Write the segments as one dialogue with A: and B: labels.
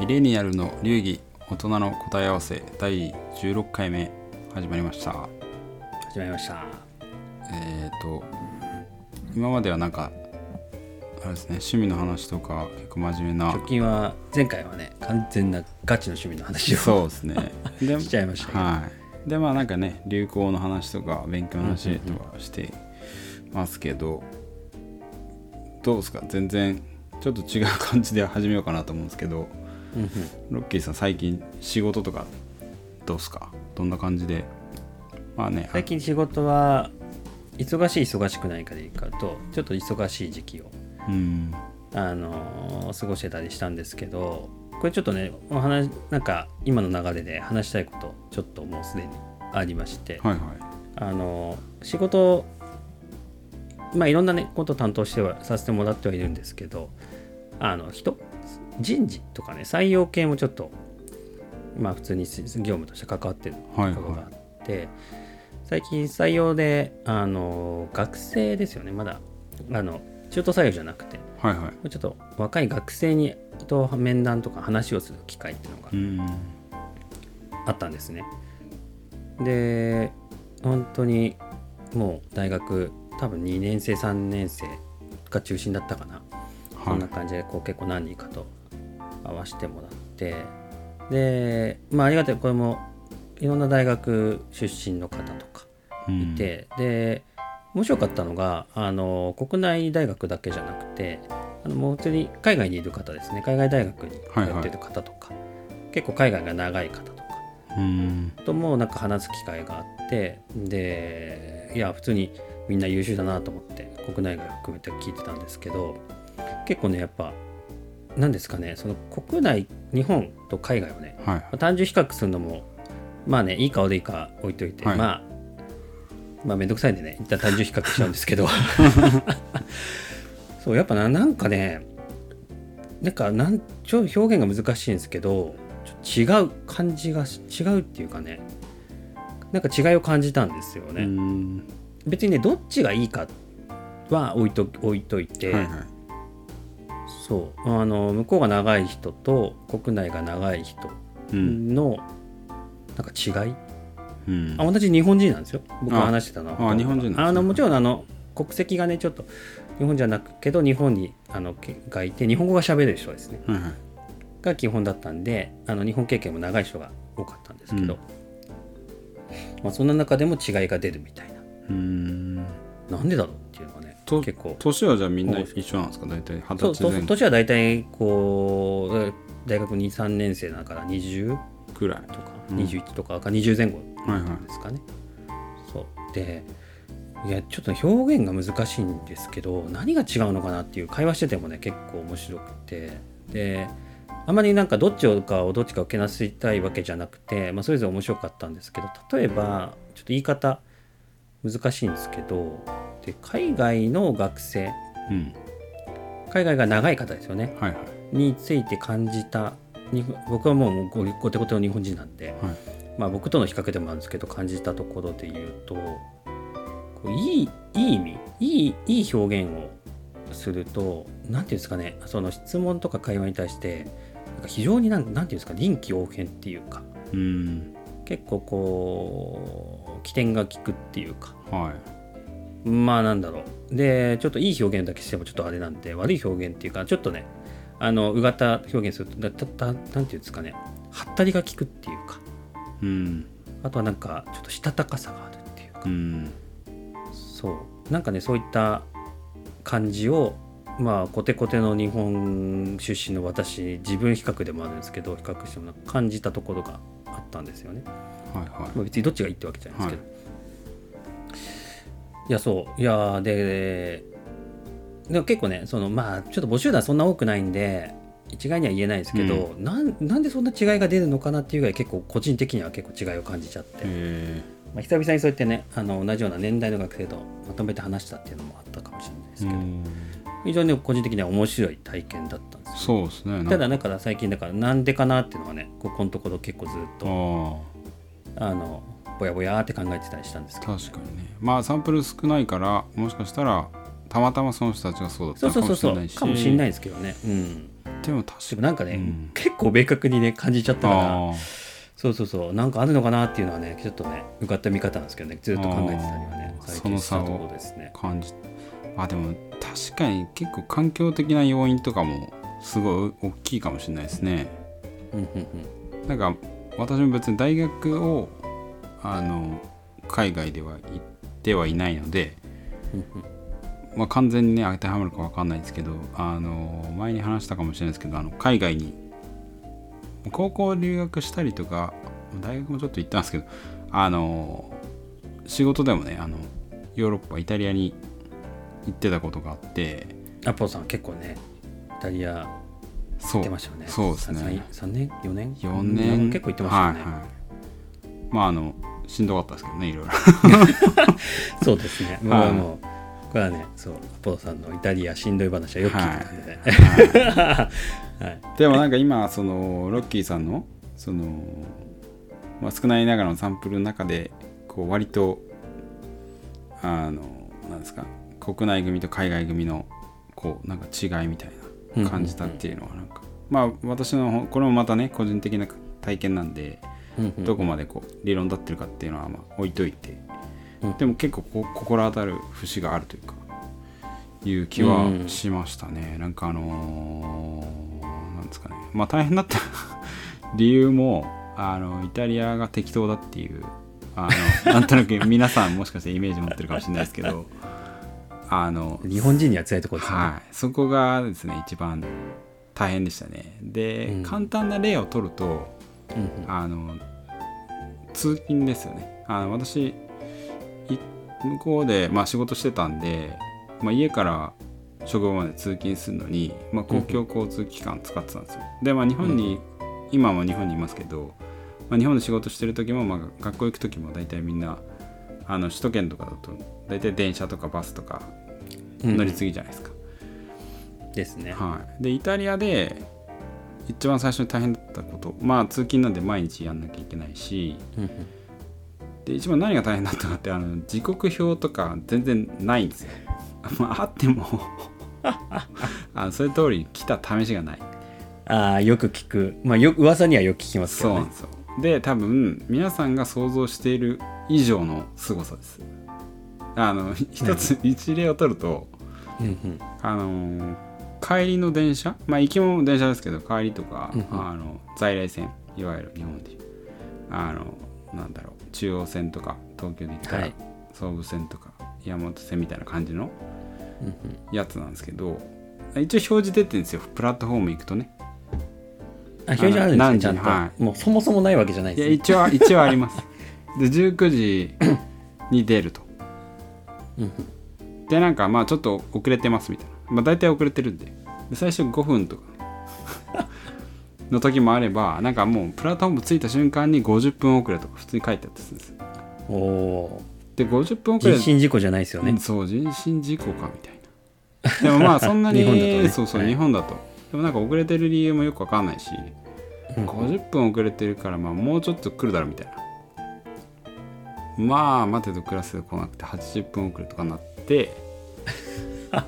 A: ミレニアルの流儀大人の答え合わせ第16回目始まりました
B: 始まりました
A: えっ、ー、と今まではなんかあれですね趣味の話とか結構真面目な
B: 直近は前回はね完全なガチの趣味の話を
A: そうです ねで
B: しちゃいましたけど
A: はいでまあなんかね流行の話とか勉強の話とかしてますけど、どうですか全然ちょっと違う感じで始めようかなと思うんですけど
B: うんうん
A: ロッキーさん最近仕事とかどうですかどんな感じでまあね
B: 最近仕事は忙しい忙しくないかでいくとちょっと忙しい時期を、
A: うん
B: あのー過ごしてたりしたんですけどこれちょっとねお話なんか今の流れで話したいことちょっともうすでにありまして、
A: はいはい
B: あの仕事まあいろんなねこと担当してはさせてもらってはいるんですけどあの人人事とかね採用系もちょっとまあ普通に業務として関わってるとこ
A: はい
B: ろがあって、最近採用であの学生ですよねまだあの中途採用じゃなくて
A: はいはい
B: ちょっと若い学生にと面談とか話をする機会っていうのが
A: うん
B: あったんですね。で本当にもう大学多分2年生3年生が中心だったかな、そ
A: は
B: ん
A: い
B: な感じでこう結構何人かと会わせてもらってでまあありがたいこれもいろんな大学出身の方とか
A: うん
B: いて、で面白かったのがあの国内大学だけじゃなくてあのもう普通に海外にいる方ですね海外大学にやってる方とか、結構海外が長い方とか
A: うん
B: ともなんか話す機会があってでいや普通にみんな優秀だなと思って国内外含めて聞いてたんですけど結構ねやっぱ何ですかねその国内日本と海外をね
A: はい
B: まあ単純比較するのもまあねいいか悪いか置いといて、
A: はい
B: まあまあめんどくさいんでね一旦単純比較しちゃうんです けどそうやっぱななんかねなんかなんちょ表現が難しいんですけどちょ違う感じがし違うっていうかねなんか違いを感じたんですよね、
A: うん
B: 別にねどっちがいいかは置いと置いといて、
A: はいはい
B: そうあの向こうが長い人と国内が長い人
A: うん
B: のなんか違い
A: うん
B: あ同じ日本人なんですよ僕が
A: あ
B: 話してたのは
A: あ日本人なんですね
B: あのもちろんあの国籍がねちょっと日本じゃなくけど日本にあのけがいて日本語が喋れる人ですね
A: はいはい
B: が基本だったんであの日本経験も長い人が多かったんですけど、まあ、そんな中でも違いが出るみたい
A: うん
B: ななんでだろうっていうのはね
A: と
B: 結構
A: 年はじゃあみんな一緒なんですか大体二
B: そ
A: 十歳
B: うそう
A: 前後
B: 年は大体こう大学23年生だから20
A: くらい
B: とか
A: うん
B: 21とかか20前後
A: はいはい
B: ですかね。そうでいやちょっと表現が難しいんですけど何が違うのかなっていう会話しててもね結構面白くてであまりなんかどっちをかをどっちかをけなしたいわけじゃなくて、まあ、それぞれ面白かったんですけど例えばちょっと言い方難しいんですけどで海外の学生
A: うん
B: 海外が長い方ですよね
A: はいはい
B: について感じた日本僕はもうごごてごての日本人なんで、
A: はい
B: まあ、僕との比較でもあるんですけど感じたところで言うとこういいいい意味いいいい表現をすると何ていうんですかねその質問とか会話に対してなんか非常になんなんていうんですか臨機応変っていうか
A: うん
B: 結構こう起点が利くっていうか
A: は
B: まあなんだろうでちょっといい表現だけしてもちょっとあれなんで悪い表現っていうかちょっとねあのうがった表現するとだたたなんていうんですかねはったりが利くっていうか
A: いうん
B: あとはなんかちょっとしたたかさがあるっていうか、
A: うん
B: そうなんかねそういった感じをまあコテコテの日本出身の私自分比較でもあるんですけど比較してもなんか感じたところがあったんですよね、
A: はいは
B: まあ、別にどっちがいいってわけじゃないですけど、い、やそういやーででも結構ねそのまあちょっと募集団そんな多くないんで一概には言えないですけど、なんなんでそんな違いが出るのかなっていうぐらい結構個人的には結構違いを感じちゃって
A: いへ
B: まあ、久々にそうやってねあの同じような年代の学生とまとめて話したっていうのもあったかもしれないです
A: え
B: けど、
A: うん
B: 非常に個人的には面白い体験だったんですよ
A: そうですねなんか
B: ただだから最近だからなんでかなっていうのはねここのところ結構ずっ
A: あ
B: と
A: ー
B: あのぼやぼやーって考えてたりしたんですけど
A: 確かにねまあサンプル少ないからもしかしたらたまたまその人たちがそうだっ
B: そう
A: た
B: そ
A: かも
B: うそう
A: しれ
B: そ
A: な
B: う
A: いし
B: かもしれないですけどねうん
A: でも確
B: でもなんかね、
A: うん
B: 結構明確にね感じちゃったから
A: あ
B: そうそうそうなんかあるのかなっていうのはねちょっとね向かった見方なんですけどねずっと考えてたりはね
A: あー
B: 最
A: その
B: 近した
A: 差を
B: ところですね
A: あ感じあでも確かに結構環境的な要因とかもすごい大きいかもしれないですね
B: うんうんうん
A: なんか私も別に大学をあの海外では行ってはいないので、まあ、完全にね当てはまるか分かんないですけどあの前に話したかもしれないですけどあの海外に高校留学したりとか大学もちょっと行ったんですけどあの仕事でもねあのヨーロッパイタリアに行ってたことがあって
B: アポさん結構ねイタリア
A: そ
B: 行
A: う
B: ってましたよね
A: そうですね
B: 3年4年
A: 4年
B: 結構行ってましたよね、
A: はいはい、まああのしんどかったですけどねいろいろ
B: そうですねも
A: は
B: う
A: い
B: もうこれはねそうアポさんのイタリアしんどい話はよく聞いてたんでね、はい
A: でもなんか今そのロッキーさんのその、まあ、少ないながらのサンプルの中でこう割とあのなんですか国内組と海外組のこうなんか違いみたいな感じたっていうのはなんか、まあ私のこれもまたね個人的な体験なんで
B: うんうん
A: どこまでこう理論立ってるかっていうのはまあ置いといて、
B: うん
A: でも結構こう心当たる節があるというかいう気はしましたね、なんかあのーなんですかねまあ大変だった 理由もあのイタリアが適当だっていうあ のなんとなく皆さんもしかしてイメージ持ってるかもしれないですけどあの
B: 日本人には辛いところですね、
A: はい、そこがですね一番大変でしたねで、
B: うん
A: 簡単な例を取ると
B: うん
A: あの通勤ですよねあの私い向こうで、まあ、仕事してたんで、まあ、家から職場まで通勤するのに、まあ、公共交通機関使ってたんですよでまあ日本に、今も日本にいますけど、まあ、日本で仕事してる時も、まあ、学校行く時も大体みんなあの首都圏とかだと大体電車とかバスとか
B: うん
A: 乗り継ぎじゃないですか、
B: うんですね、
A: はい、でイタリアで一番最初に大変だったことまあ通勤なんで毎日やんなきゃいけないし
B: うんうん
A: で一番何が大変だったかってあの時刻表とか全然ないんですよ。まあ、あってもあのそれ通りに来た試しがない。
B: ああよく聞くまあよく噂にはよく聞きますけ
A: そう
B: ど
A: なん
B: ね
A: ですよ。で多分皆さんが想像している以上の凄さです。あの一つ一例を取ると、
B: うんうん
A: あのー帰りの電車まあ行きも電車ですけど帰りとか、
B: うんうん
A: あの在来線いわゆる日本でいうあのなんだろう中央線とか東京で行ったら、
B: はい
A: 総武線とか山手線みたいな感じの
B: うんうん
A: やつなんですけど一応表示出てるんですよプラットフォーム行くとね
B: あ表示あるんです
A: あ
B: ね
A: の
B: ちゃんと、
A: 何時
B: もうそもそもないわけじゃない
A: いや
B: ですね
A: 一応一応あります で19時に出ると
B: うんうん
A: でなんかまあちょっと遅れてますみたいな、まあ、大体遅れてるんでで最初5分と かの時もあればなんかもうプラットフォーム着いた瞬間に50分遅れとか普通に書いてあったりするんですよ
B: おお
A: で50分
B: ー
A: 遅れ
B: 人身事故じゃないですよね、
A: そう人身事故かみたいなでもまあそんなに
B: 日本だとね
A: そうそう、
B: はい
A: 日本だとでもなんか遅れてる理由もよくわかんないし、
B: うん
A: 50分遅れてるからまあもうちょっと来るだろうみたいなまあ待てど暮らせど来なくて80分遅れとかなって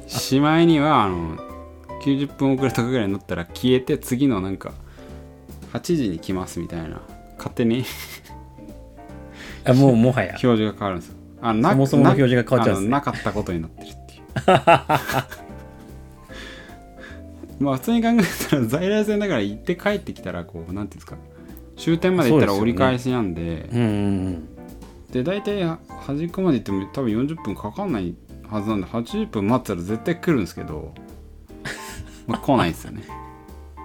A: しまいにはあの90分遅れとかぐらいになったら消えて次のなんか8時に来ますみたいな勝手に
B: あもうもはや
A: 表示が変わるんですよあな
B: そもそもの表示が変わっちゃうんですね
A: なあのなかったことになってるっていう まあ普通に考えたら在来線だから行って帰ってきたらこうなんていうんですか終点まで行ったら折り返しなんで
B: うんうんうん
A: で大体端っこまで行っても多分40分かかんないはずなんで80分待ってたら絶対来るんですけ ど、まあ、来ないんですよねっ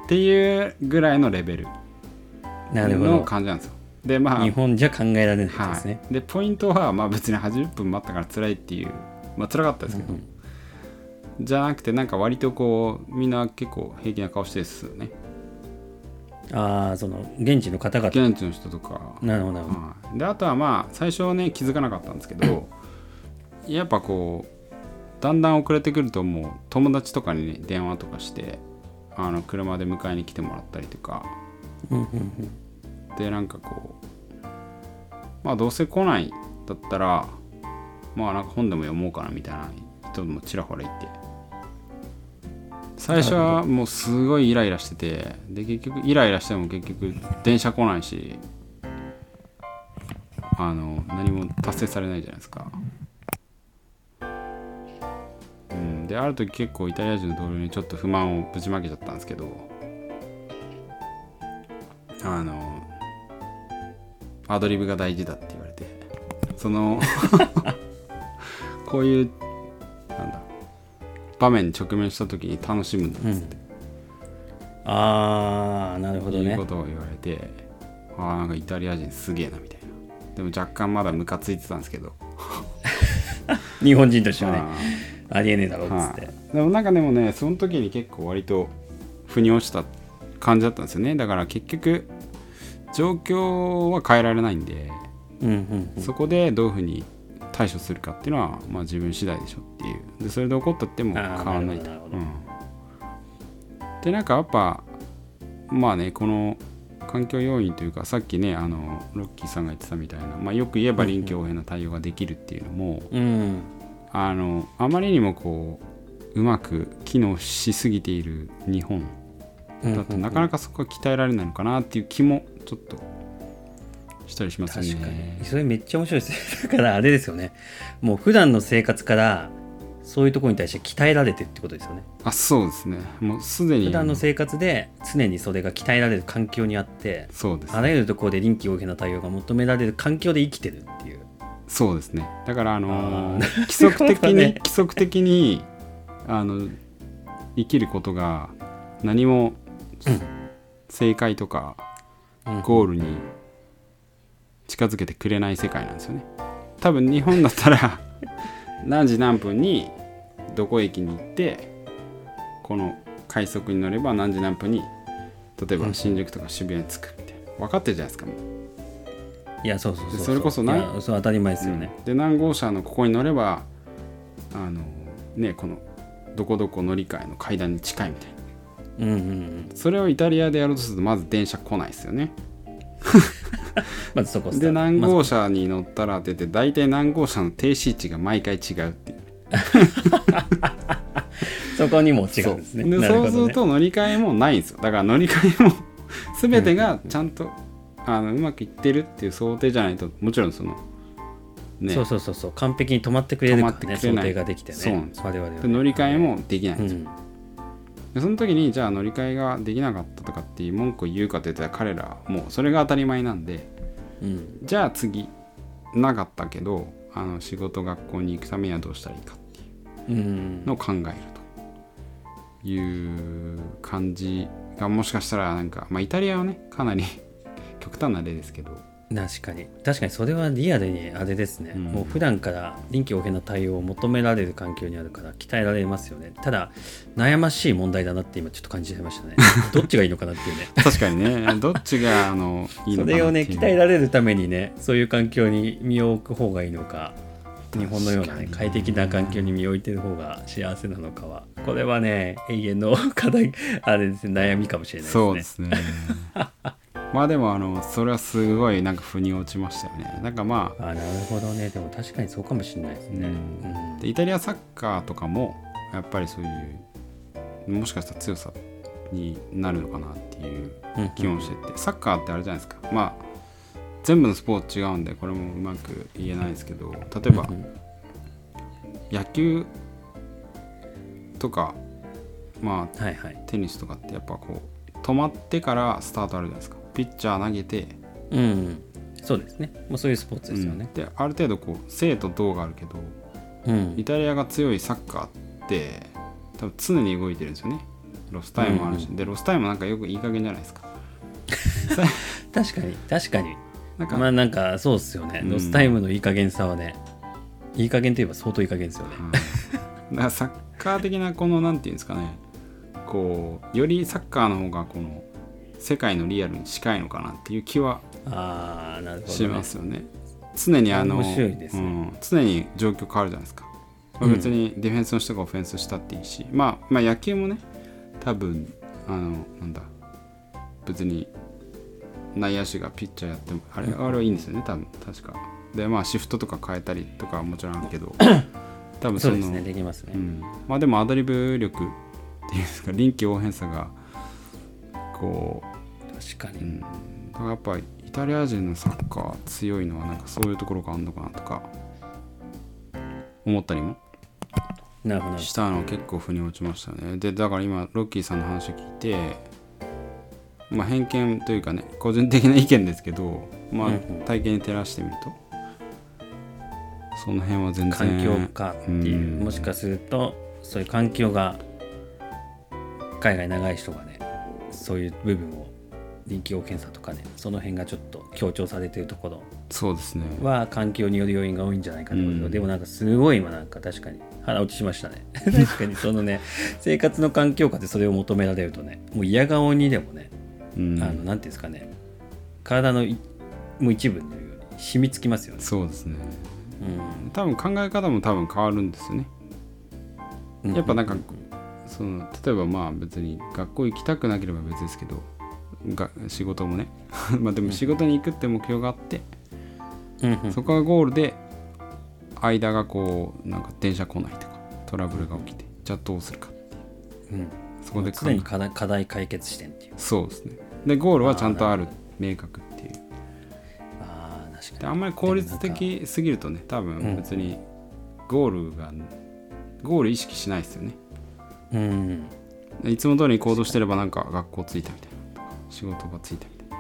A: ていうぐらいのレベル
B: なるほ
A: の
B: ど
A: 感じなんですよでまあ
B: 日本じゃ考えられないこと
A: は
B: ですね、
A: い、でポイントは、まあ、別に80分待ったから辛いっていうまあ辛かったですけど、じゃなくてなんか割とこうみんな結構平気な顔してですよね
B: ああその現地の方々
A: 現地の人とか
B: なるほどなるほど
A: はいであとはまあ最初はね気づかなかったんですけどやっぱこうだんだん遅れてくるともう友達とかに、ね、電話とかしてあの車で迎えに来てもらったりとか
B: うんうん
A: でなんかこうまあどうせ来ないだったらまあなんか本でも読もうかなみたいな人もちらほらいて最初はもうすごいイライラしててで結局イライラしても結局電車来ないしあの何も達成されないじゃないですか。うん、である時結構イタリア人の同僚にちょっと不満をぶちまけちゃったんですけどあのアドリブが大事だって言われてその こういうなんだ場面に直面した時に楽しむんだ
B: うんああなるほど
A: いい
B: ね
A: ことを言われて、ああなんかイタリア人すげえなみたいなでも若干まだムカついてたんですけど、
B: 日本人としてはね
A: あ
B: ありえねえだろうっ
A: ー
B: つって、
A: はいでもなんかでもねその時に結構割と腑に落ちた感じだったんですよねだから結局状況は変えられないんで
B: うんうん
A: そこでどういうふうに対処するかっていうのは、まあ、自分次第でしょっていうでそれで怒ったっても変わらない
B: あー
A: と
B: なるほど
A: う、
B: なん
A: でなんかやっぱまあねこの環境要因というかさっきねあのロッキーさんが言ってたみたいな、まあ、よく言えば臨機応変な対応ができるっていうのも、
B: うん
A: あのあまりにもこううまく機能しすぎている日本
B: うん
A: だとなかなかそこは鍛えられないのかなっていう気もちょっとしたりします
B: 確かに
A: ね。
B: それめっちゃ面白いですねだからあれですよねもう普段の生活からそういうところに対して鍛えられてってことですよね
A: あそうですねもうすでに
B: 普段の生活で常にそれが鍛えられる環境にあって
A: そうです
B: あらゆるところで臨機応変な対応が求められる環境で生きてるっていう
A: そうですねだからあの
B: あー
A: ー規則 的
B: なるほど
A: に、
B: ね
A: 規則的にあの生きることが何も正解とか
B: うん
A: ゴールに近づけてくれない世界なんですよね多分日本だったら 何時何分にどこ駅に行ってこの快速に乗れば何時何分に例えば新宿とか渋谷に着くみたいな分かってるじゃないですかもう
B: いやそうそうそうう
A: それこそない
B: いやそう当たり前ですよね、
A: うんで何号車のここに乗ればあのねこのどこどこ乗り換えの階段に近いみたいな
B: うん、うんうん
A: それをイタリアでやろうとするとまず電車来ないですよね
B: まずそこ
A: で何
B: ま
A: 号車に乗ったら出て大体何号車の停止位置が毎回違うっていう
B: ずそこにも違うんですね
A: そう
B: なるほ
A: そう
B: どね
A: すると乗り換えもないんですよだから乗り換えも 全てがちゃんと、あのうまくいってるっていう想定じゃないともちろんそのね
B: そうそうそうそう完璧に止まってくれるか
A: 止
B: ら
A: ま
B: ね
A: ってくれ
B: 想
A: ない
B: 定ができてね
A: そうなんです
B: 我々は
A: で乗り換えもできないん
B: う
A: ですよ、
B: ん
A: でその時にじゃあ乗り換えができなかったとかっていう文句を言うかといったら彼らはもうそれが当たり前なんで
B: うん
A: じゃあ次なかったけどあの仕事学校に行くためにはどうしたらいいかっていう
B: うん
A: のを考えるという感じがもしかしたらなんか、まあ、イタリアはねかなり 極端な例ですけど
B: 確かに確かにそれはリアルにあれですね、
A: うん
B: もう普段から臨機応変な対応を求められる環境にあるから鍛えられますよねただ悩ましい問題だなって今ちょっと感じちゃいま したねどっちがいいのかなっていうね
A: 確かにね どっちがあのいいのかなってい
B: そ
A: う
B: れをね鍛えられるためにねそういう環境に身を置く方がいいのか日本のような、ね、
A: 確かに
B: 快適な環境に身を置いてる方が幸せなのかはこれはね永遠の課題あれですね悩みかもしれないですね
A: そうですねまあでもあのそれはすごいなんか腑に落ちましたよねなんかまあ
B: あなるほどねでも確かにそうかもしれないですね、
A: う
B: うんん
A: でイタリアサッカーとかもやっぱりそういうもしかしたら強さになるのかなっていう
B: うん
A: 気もしてて、サッカーってあれじゃないですかまあ全部のスポーツ違うんでこれもうまく言えないですけど例えば野球とかま
B: はいはい
A: あテニスとかってやっぱこう止まってからスタートあるじゃないですかピッチャー投げて
B: うん、そうですね。まあ、そういうスポーツですよね。
A: うんである程度こう生と動があるけど
B: うん、
A: イタリアが強いサッカーって多分常に動いてるんですよねロスタイムもあるし、でロスタイムなんかよくいい加減じゃないですかさ
B: 確かに、確かに。
A: なんか、
B: まあ、なんか、そうっすよね。
A: うん
B: ロスタイムのいい加減さはね。いい加減といえば、相当いい加減ですよね。
A: だからサッカー的なこのなんていうんですかねこうよりサッカーの方がこの世界のリアルに近いのかなっていう気は
B: ああ、なるほど、ね。
A: しますよね常にあの、
B: 面白いですね
A: うん、常に状況変わるじゃないですか、まあ別にディフェンスの人がオフェンスしたっていいし、まあ、まあ野球もね多分あのなんだ別に内野手がピッチャーやってもあれあれはいいんですよね多分確かでまあシフトとか変えたりとかはもちろんあるけど多分そ
B: そ
A: うの
B: ですね。できますね。
A: うん、まあでもアドリブ力っていうんですか臨機応変さがこ
B: 確か
A: う、う
B: に、
A: ん、だからやっぱイタリア人のサッカー強いのはなんかそういうところがあるのかなとか思ったりも
B: なるほどなるほ
A: したのは結構腑に落ちましたねでだから今ロッキーさんの話を聞いてまあ偏見というかね個人的な意見ですけどま
B: うんう
A: あ体験に照らしてみるとその辺は全
B: ど環境
A: 然
B: かっていう、
A: うん
B: もしかするとそういう環境が海外長い人がねそういう部分を臨機応検査とかねその辺がちょっと強調されてるところ
A: そうですね
B: は環境による要因が多いんじゃないかと、
A: うん
B: でもなんかすごい今なんか確かに腹落ちしましたね 確かにそのね生活の環境下でそれを求められるとねもう嫌顔にでもね、
A: うん
B: あのなんていうんですかね体のいもう一部のように染みつきますよね、
A: そうですね
B: うん
A: 多分考え方も多分変わるんですよね
B: うん
A: やっぱなんかその例えばまあ別に学校行きたくなければ別ですけどが仕事もね まあでも仕事に行くって目標があって
B: うんうん
A: そこがゴールで間がこうなんか電車来ないとかトラブルが起きてじゃあどうするかって
B: うん
A: そこで考
B: 常
A: え
B: に課題課題解決視点っていう
A: そうですねでゴールはちゃんとある明確っていう
B: ああ確
A: で
B: か
A: あんまり効率的すぎるとね多
B: うん
A: 分別にゴールが、ゴール意識しないですよね
B: にうん
A: でいつも通りに行動してればなんか学校着いたみたいなとか仕事場着いたみたい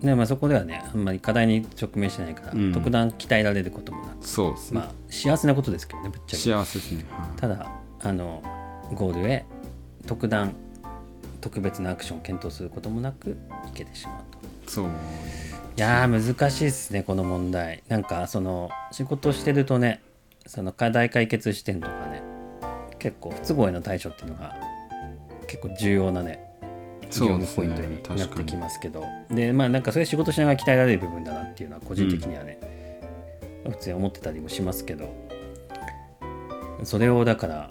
A: な
B: でまあそこではねあんまり課題に直面してないから、
A: うん
B: 特段鍛えられることもなく
A: そうですね、
B: まあ幸せなことですけどねぶっちゃけ
A: 幸せですね、はい
B: ただあのゴールへ特段特別なアクションを検討することもなくいけてしまうと
A: そう
B: いやー難しいですねこの問題なんかその仕事してるとねその課題解決視点とかね結構不都合への対処っていうのが結構重要なね
A: そ
B: 業
A: う
B: 務
A: です
B: ポイ
A: ね
B: ントになっ
A: 確
B: て
A: か
B: き
A: に
B: ますけどでまあなんかそれ仕事しながら鍛えられる部分だなっていうのは個人的にはね、普通に思ってたりもしますけどそれをだから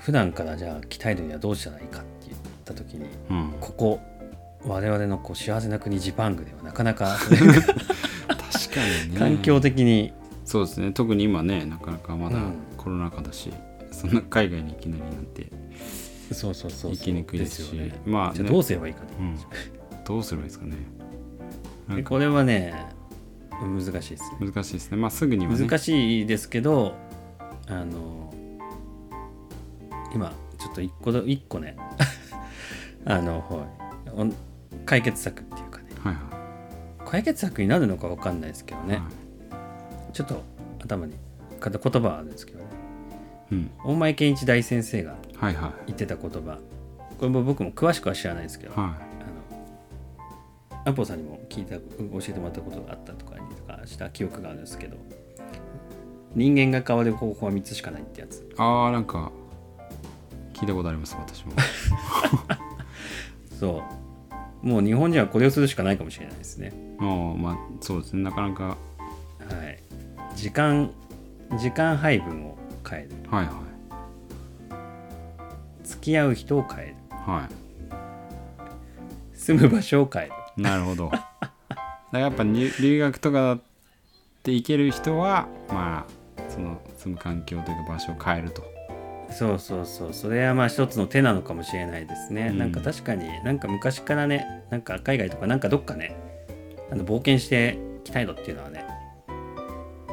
B: 普段からじゃあ鍛えるにはどうしたらいいかって言った時に
A: うん
B: ここ我々のこう幸せな国ジパングではなかなか
A: 確かにね
B: 環境的に
A: そうですね特に今ねなかなかまだ
B: うん
A: コロナ禍だし、そんな海外にいきなりなんて
B: そうそうそうそう
A: 行きにくいですし
B: よね
A: まあ
B: じ
A: ね
B: ゃあどうすればいいかと、
A: うん、どうすればいいですかねなんか
B: これはね難しいですね
A: 難しいですねまあすぐにはね
B: 難しいですけどあの今ちょっと一個だ一個ね あの、はいおん解決策っていうかね
A: はいは
B: 解決策になるのか分かんないですけど
A: い
B: ね、
A: は
B: ちょっと頭にか言葉はあるんですけどね
A: い、うん
B: 大前健一大先生が
A: はいはい
B: 言ってた言葉これも僕も詳しくは知らないですけど、
A: は
B: あのアポさんにも聞いた教えてもらったことがあったとかにとかした記憶があるんですけど人間が変わる方法は3つしかないってやつ
A: いああなんか聞いたことあります私 も
B: そうもう日本人はこれをするしかないかもしれないですね
A: もうまあそうですねなかなか
B: はい時間時間配分を変える
A: はいはい
B: 付き合う人を変える
A: は
B: 住む場所を変える
A: い なるほどだからやっぱ入留学とかで行ける人はまあその住む環境というか場所を変えると
B: そうそうそうそれはまあ一つの手なのかもしれないですね、
A: うん
B: なんか確かになんか昔からねなんか海外とかなんかどっかねあの冒険してきたいのっていうのはね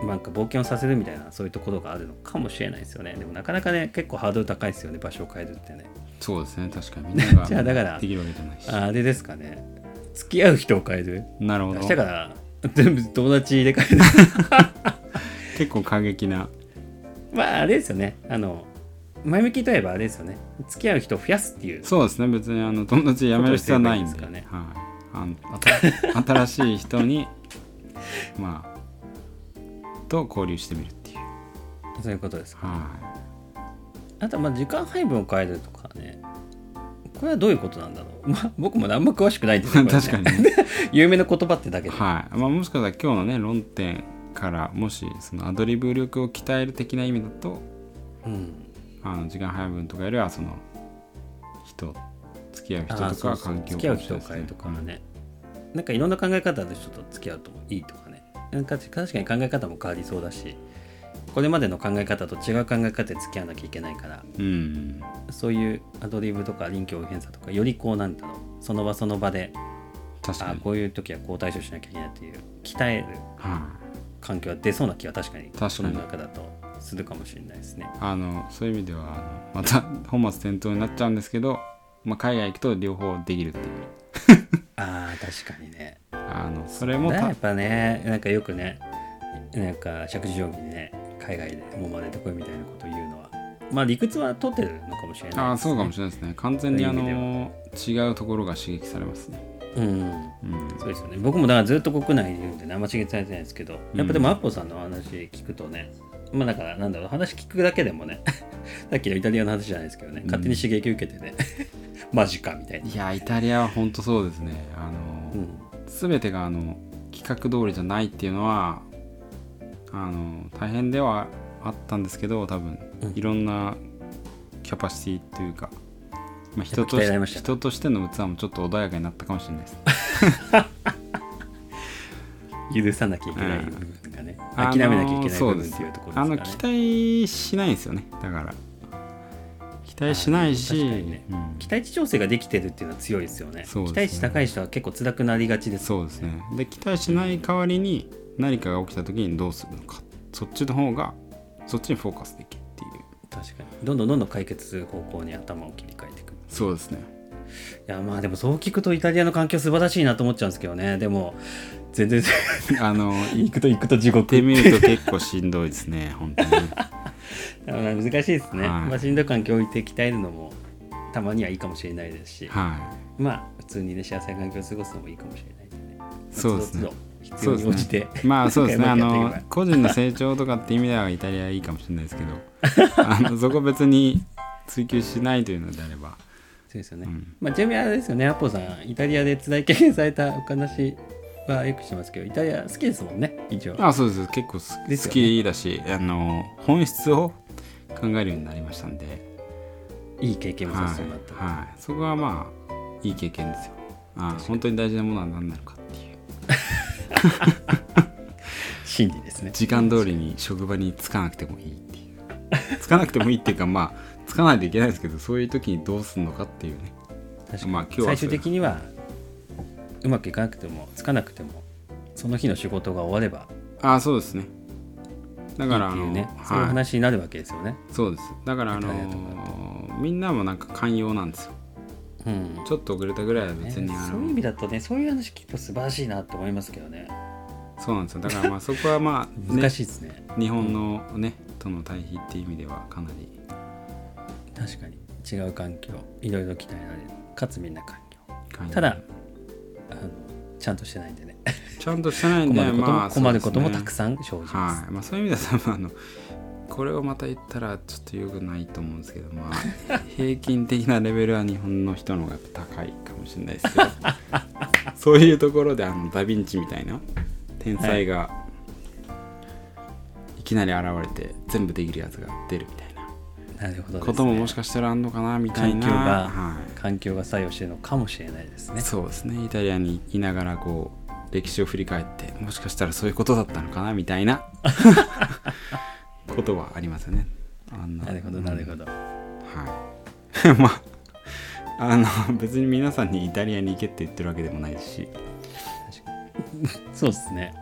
B: なんか冒険をさせるみたいなそういうところがあるのかもしれないですよねでもなかなかね結構ハードル高いですよね場所を変えるってね
A: そうですね確かに みんなが
B: じゃあだから
A: できるわけじゃないし
B: あれですかね付き合う人を変える
A: なるほど
B: 明日から 全部友達で変える
A: 結構過激な
B: まああれですよねあの前向きといえばあれですよね付き合う人を増やすっていう
A: そうですね別にあの友達辞める必要はないんで
B: ことをすればいいんです
A: はい、あのあた新 しい人にまあと交流してみるっていう
B: そういうことですか、
A: は
B: あとはまあ時間配分を変えるとかねこれはどういうことなんだろう、まあ、僕も何も詳しく ないんです
A: い確か
B: に
A: にね、
B: 有名な言葉ってだけで、
A: はいまあ、もしかしたら今日のね論点からもしそのアドリブ力を鍛える的な意味だと
B: うん、
A: あの時間配分とかよりはその人付き合う人と
B: あーそう
A: か
B: そう
A: 環境
B: 付き合う人を変えるとかはね、なんかいろんな考え方でちょっと付き合うといいとかねなんか確かに考え方も変わりそうだしこれまでの考え方と違う考え方で付き合わなきゃいけないから
A: うん
B: そういうアドリブとか臨機応変さとかよりこうなんだろうその場その場で
A: 確か
B: あ
A: に
B: こういう時はこう対処しなきゃいけないという鍛える
A: は
B: 環境は出そうな気は確かに
A: 確かに
B: その中だとするかもしれないですね。
A: いあのそういう意味ではあのまた 本末転倒になっちゃうんですけど、まあ、海外行くと両方できるっていう
B: あー確かにね。
A: あのそれ
B: だ
A: も
B: から
A: た
B: やっぱねなんかよくねなんか着地定規にね海外で揉まれてこいみたいなことを言うのはまあ理屈は取ってるのかもしれないですね、
A: あーそうかもしれないですね完全にあ
B: そういう意
A: の違うところが刺激されますね
B: うん
A: うん
B: そうですよね僕もだからずっと国内にいるんで生刺激されてないですけどやっぱでもアッコさんのお話聞くとね、まあだからなんだろう話聞くだけでもね さっきのイタリアの話じゃないですけどね勝手に刺激受けてね、 マジかみたいな、
A: いやイタリアは本当そうですねあの、
B: うん、
A: 全てがあの企画通りじゃないっていうのはあの大変ではあったんですけど多分
B: うん
A: いろんなキャパシティというか、まあ、人
B: やっぱ鍛
A: と
B: えられま
A: し
B: した
A: 人としての器もちょっと穏やかになったかもしれないです。
B: 許さなきゃいけない部分がね、
A: あの
B: 諦めなきゃいけない
A: そう
B: 部
A: で
B: 分っ
A: す
B: ていうところですか
A: あ
B: ね
A: の期待しないんですよねだから期待しないし
B: あー確かにね
A: うん
B: 期待値調整ができてるっていうのは強いですよね
A: そうです
B: 期
A: ね
B: 待値高い人は結構辛くなりがちです
A: そうですねで期待しない代わりに何かが起きた時にどうするのかそっちの方がそっちにフォーカスできるっていう
B: 確かにどんどんどんどん解決する方向に頭を切り替えていくい
A: そうですね
B: やまあでもそう聞くとイタリアの環境素晴らしいなと思っちゃうんですけどねでも全然
A: あの行
B: 行くと行くと地獄
A: ってみると結構しんどいですね本当に
B: あの難しいですね、
A: はい
B: まあ、しんどい環境を置いて鍛えるのもたまにはいいかもしれないですし、
A: は
B: まあ普通にね幸せな環境を過ごすのもいいかもしれないですね
A: そうですね
B: まあ都度都度必要に応じて、
A: いまあそうですねあ
B: なんかやっ
A: の
B: ていけば
A: 個人の成長とかって意味ではイタリアはいいかもしれないですけど あのそこ別に追求しないというのであれば
B: そうですよね、
A: うん
B: まあ、ちなみにあれですよねアポさんイタリアで辛い経験されたお話はよくしますけどイタリア好きですもんね一応
A: あそうです結構す
B: ですよ
A: 好
B: ね
A: きだし、あの本質を考えるようになりましたんで、
B: いい経験も
A: は
B: させてもらっ
A: い
B: た、
A: はい、そこはまあいい経験ですよあ本当に大事なものは何なのかっていう
B: 心理ですね
A: 時間通りに職場に着かなくてもいいっていう着かなくてもいいっていうかまあ着かないといけないですけどそういう時にどうするのかっていうね
B: 確かに
A: まあ今日は
B: 最終的にはうまくいかなくてもつかなくてもその日の仕事が終われば
A: ああそうですねだ
B: い
A: か
B: い
A: ら
B: っていう
A: あの
B: ねそういう
A: はい
B: 話になるわけですよね、
A: そうですだからあの
B: イタリアとか
A: みんなもなんか寛容なんですよ
B: うん
A: ちょっと遅れたぐらいは別に
B: ね
A: あ
B: そういう
A: の
B: 意味だとねそういう話きっと素晴らしいなと思いますけどね
A: そうなんですよだからまあそこはま あ、ね
B: 難、しいですね
A: 日本のねとの対比っていう意味ではかなり
B: 確かに違う環境いろいろ鍛えられるかつみんな環境
A: 寛容
B: ただあのちゃんとしてないん でね
A: ちゃんとしてないんで
B: 困ることも、
A: まあ
B: 困ることもたく
A: さ
B: さん生じます、
A: はいまあ、そういう意味では多分あのこれをまた言ったらちょっとよくないと思うんですけどま あ平均的なレベルは日本の人の方がやっぱ高いかもしれないですけどそういうところであのダ・ヴィンチみたいな天才が、い、きなり現れて全部できるやつが出るみたいな
B: なるほどですね
A: ことももしかしたらあんのかなみたいな
B: 環境が
A: は
B: 環境が作用してるのかもしれないです
A: い、
B: ね
A: そうですねイタリアにいながらこう歴史を振り返ってもしかしたらそういうことだったのかなみたいな ことはありますよね。あん
B: なるほどなるほ
A: ど。
B: ど、
A: はい、 まああの別に皆さんにイタリアに行けって言ってるわけでもないですし
B: そうですね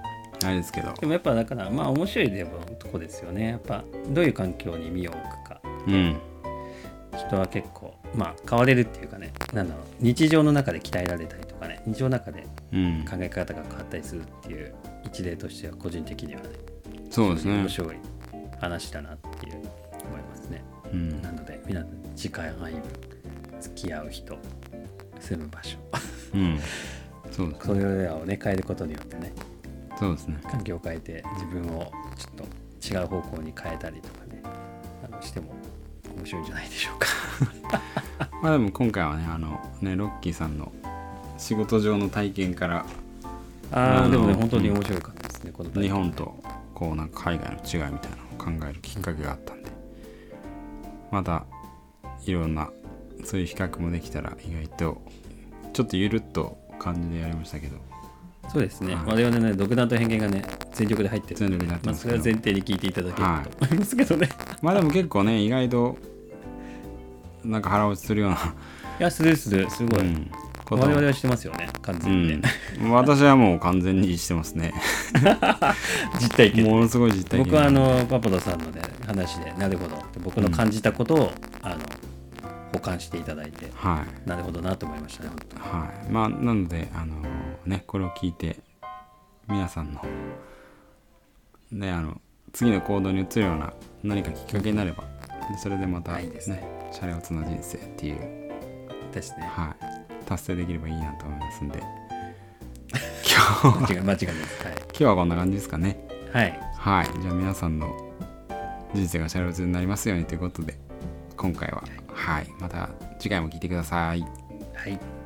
A: あれですけど
B: でもやっぱだからまあ面白いでもとこですよねやっぱどういう環境に身を置くか
A: うん
B: 人は結構まあ変われるっていうかねなんだろう日常の中で鍛えられたりとかね日常の中で
A: うん
B: 考え方が変わったりするっていう一例としては個人的にはね
A: そうですね
B: 面。白い話だなっていう思いますね
A: うん
B: なので皆さん次回配分付き合う人住む場所
A: うんそうです
B: それらをね変えることによってね
A: そうですね。
B: 環境を変えて自分をちょっと違う方向に変えたりとかねあのしても面白いんじゃないでしょうか
A: まあでも今回はねあのねロッキーさんの仕事上の体験から
B: あ
A: あ
B: あ
A: の
B: でもね本当に面白かったですねこの体験
A: 日本とこうなんか海外の違いみたいなのを考えるきっかけがあったんでまたいろんなそういう比較もできたら意外とちょっとゆるっと感じでやりましたけど
B: そうですね、
A: はい
B: 我々ね独断と偏見がね全力で入ってる
A: 全力でやって
B: まあ、
A: ます
B: そ
A: け
B: れは
A: ど
B: 前提に聞いていただければと思いますけどね、
A: まあでも結構ね意外となんか腹落ちするような、
B: い、やするするすご
A: う
B: い、
A: ん、こと
B: 我々はしてますよね完
A: う
B: 全にね、
A: ん、私はもう完全にしてますね
B: 実体験
A: ものすごい実体験
B: 僕はあのパポドさんのね話でなるほどって僕の感じたことを、あの保管していただいて
A: はい
B: なるほどなと思いましたね本当に
A: はい、まあなのであのねこれを聞いて皆さんのねあの次の行動に移るような何かきっかけになればそれでまた、
B: はいですね
A: シャレオツな人生っていう、
B: です ね
A: はい、達成できればいいなと思いますんで
B: 間違い間違いです
A: 今日はこんな感じですかね
B: はい、
A: は
B: はい、
A: いじゃあ皆さんの人生がシャレオツになりますようにということで今回は、はい、また次回も聞いてください。
B: はい